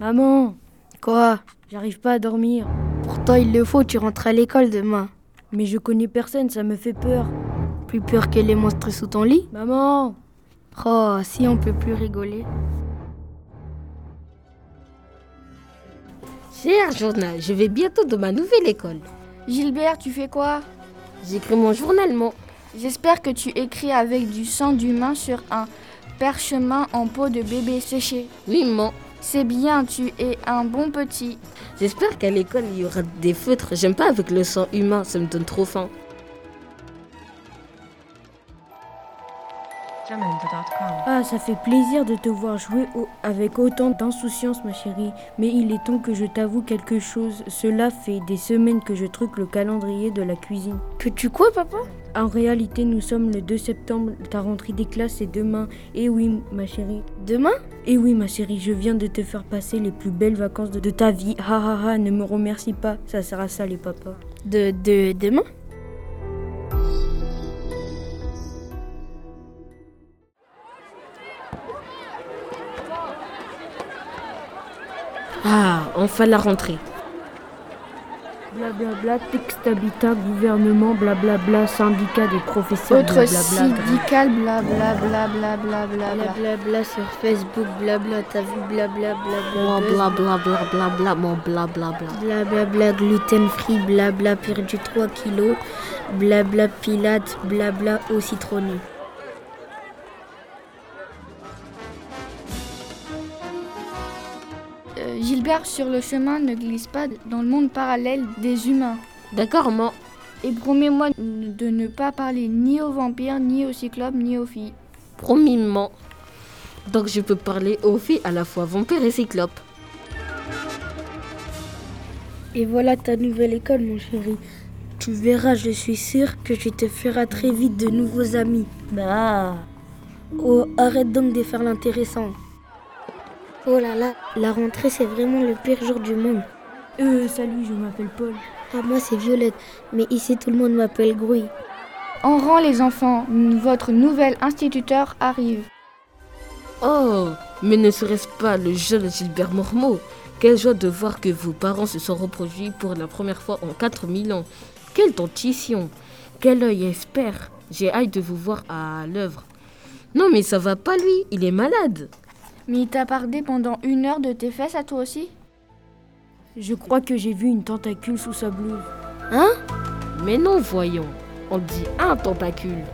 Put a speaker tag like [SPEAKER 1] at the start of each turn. [SPEAKER 1] Maman,
[SPEAKER 2] Quoi
[SPEAKER 1] j'arrive pas à dormir.
[SPEAKER 2] Pourtant il le faut, tu rentres à l'école demain.
[SPEAKER 1] Mais je connais personne, ça me fait peur.
[SPEAKER 2] Plus peur que les monstres sous ton lit
[SPEAKER 1] Maman
[SPEAKER 2] Oh, si on peut plus rigoler.
[SPEAKER 3] Cher journal, je vais bientôt dans ma nouvelle école.
[SPEAKER 4] Gilbert, tu fais quoi
[SPEAKER 3] J'écris mon journalement.
[SPEAKER 4] J'espère que tu écris avec du sang d'humain sur un parchemin en peau de bébé séché.
[SPEAKER 3] Oui, maman.
[SPEAKER 4] C'est bien, tu es un bon petit.
[SPEAKER 3] J'espère qu'à l'école, il y aura des feutres. J'aime pas avec le sang humain, ça me donne trop faim.
[SPEAKER 5] Jamendo.com.
[SPEAKER 1] Ah, ça fait plaisir de te voir jouer au- avec autant d'insouciance, ma chérie. Mais il est temps que je t'avoue quelque chose. Cela fait des semaines que je truque le calendrier de la cuisine.
[SPEAKER 2] Que tu quoi, papa
[SPEAKER 1] En réalité, nous sommes le 2 septembre. Ta rentrée des classes est demain. Et oui, ma chérie.
[SPEAKER 2] Demain
[SPEAKER 1] Et oui, ma chérie, je viens de te faire passer les plus belles vacances de, de ta vie. Ha ha ha, ne me remercie pas. Ça sert à ça, les papas.
[SPEAKER 2] De, de demain
[SPEAKER 3] Ah, enfin la rentrée.
[SPEAKER 1] Blablabla, texte habitat, gouvernement, blablabla, syndicat des professeurs,
[SPEAKER 4] Autre
[SPEAKER 1] blablabla.
[SPEAKER 4] syndical, blablabla, blablabla, blablabla.
[SPEAKER 2] Blablabla sur Facebook, blabla, t'as vu blabla,
[SPEAKER 3] Moi,
[SPEAKER 2] blabla.
[SPEAKER 3] bla bla bla bla bla, mon bla bla bla.
[SPEAKER 2] Blablabla gluten free, blabla perdu 3 kilos, blabla pilates, blabla au citronné.
[SPEAKER 4] Euh, Gilbert, sur le chemin, ne glisse pas dans le monde parallèle des humains.
[SPEAKER 3] D'accord, maman.
[SPEAKER 4] Et promets-moi de ne pas parler ni aux vampires, ni aux cyclopes, ni aux filles.
[SPEAKER 3] Promis, maman. Donc je peux parler aux filles à la fois vampire et cyclope.
[SPEAKER 2] Et voilà ta nouvelle école, mon chéri. Tu verras, je suis sûre que tu te feras très vite de nouveaux amis.
[SPEAKER 1] Bah.
[SPEAKER 2] Oh, arrête donc de faire l'intéressant. Oh là là, la rentrée, c'est vraiment le pire jour du monde.
[SPEAKER 1] Euh, salut, je m'appelle Paul.
[SPEAKER 2] Ah, moi, c'est Violette, mais ici, tout le monde m'appelle Grouille.
[SPEAKER 4] En rang, les enfants, n- votre nouvel instituteur arrive.
[SPEAKER 3] Oh, mais ne serait-ce pas le jeune Gilbert Mormeau Quelle joie de voir que vos parents se sont reproduits pour la première fois en 4000 ans. Quelle dentition Quel œil expert J'ai hâte de vous voir à l'œuvre. Non mais ça va pas lui, il est malade.
[SPEAKER 4] Mais il t'a pardé pendant une heure de tes fesses à toi aussi
[SPEAKER 1] Je crois que j'ai vu une tentacule sous sa blouse.
[SPEAKER 3] Mais non voyons, on dit un tentacule.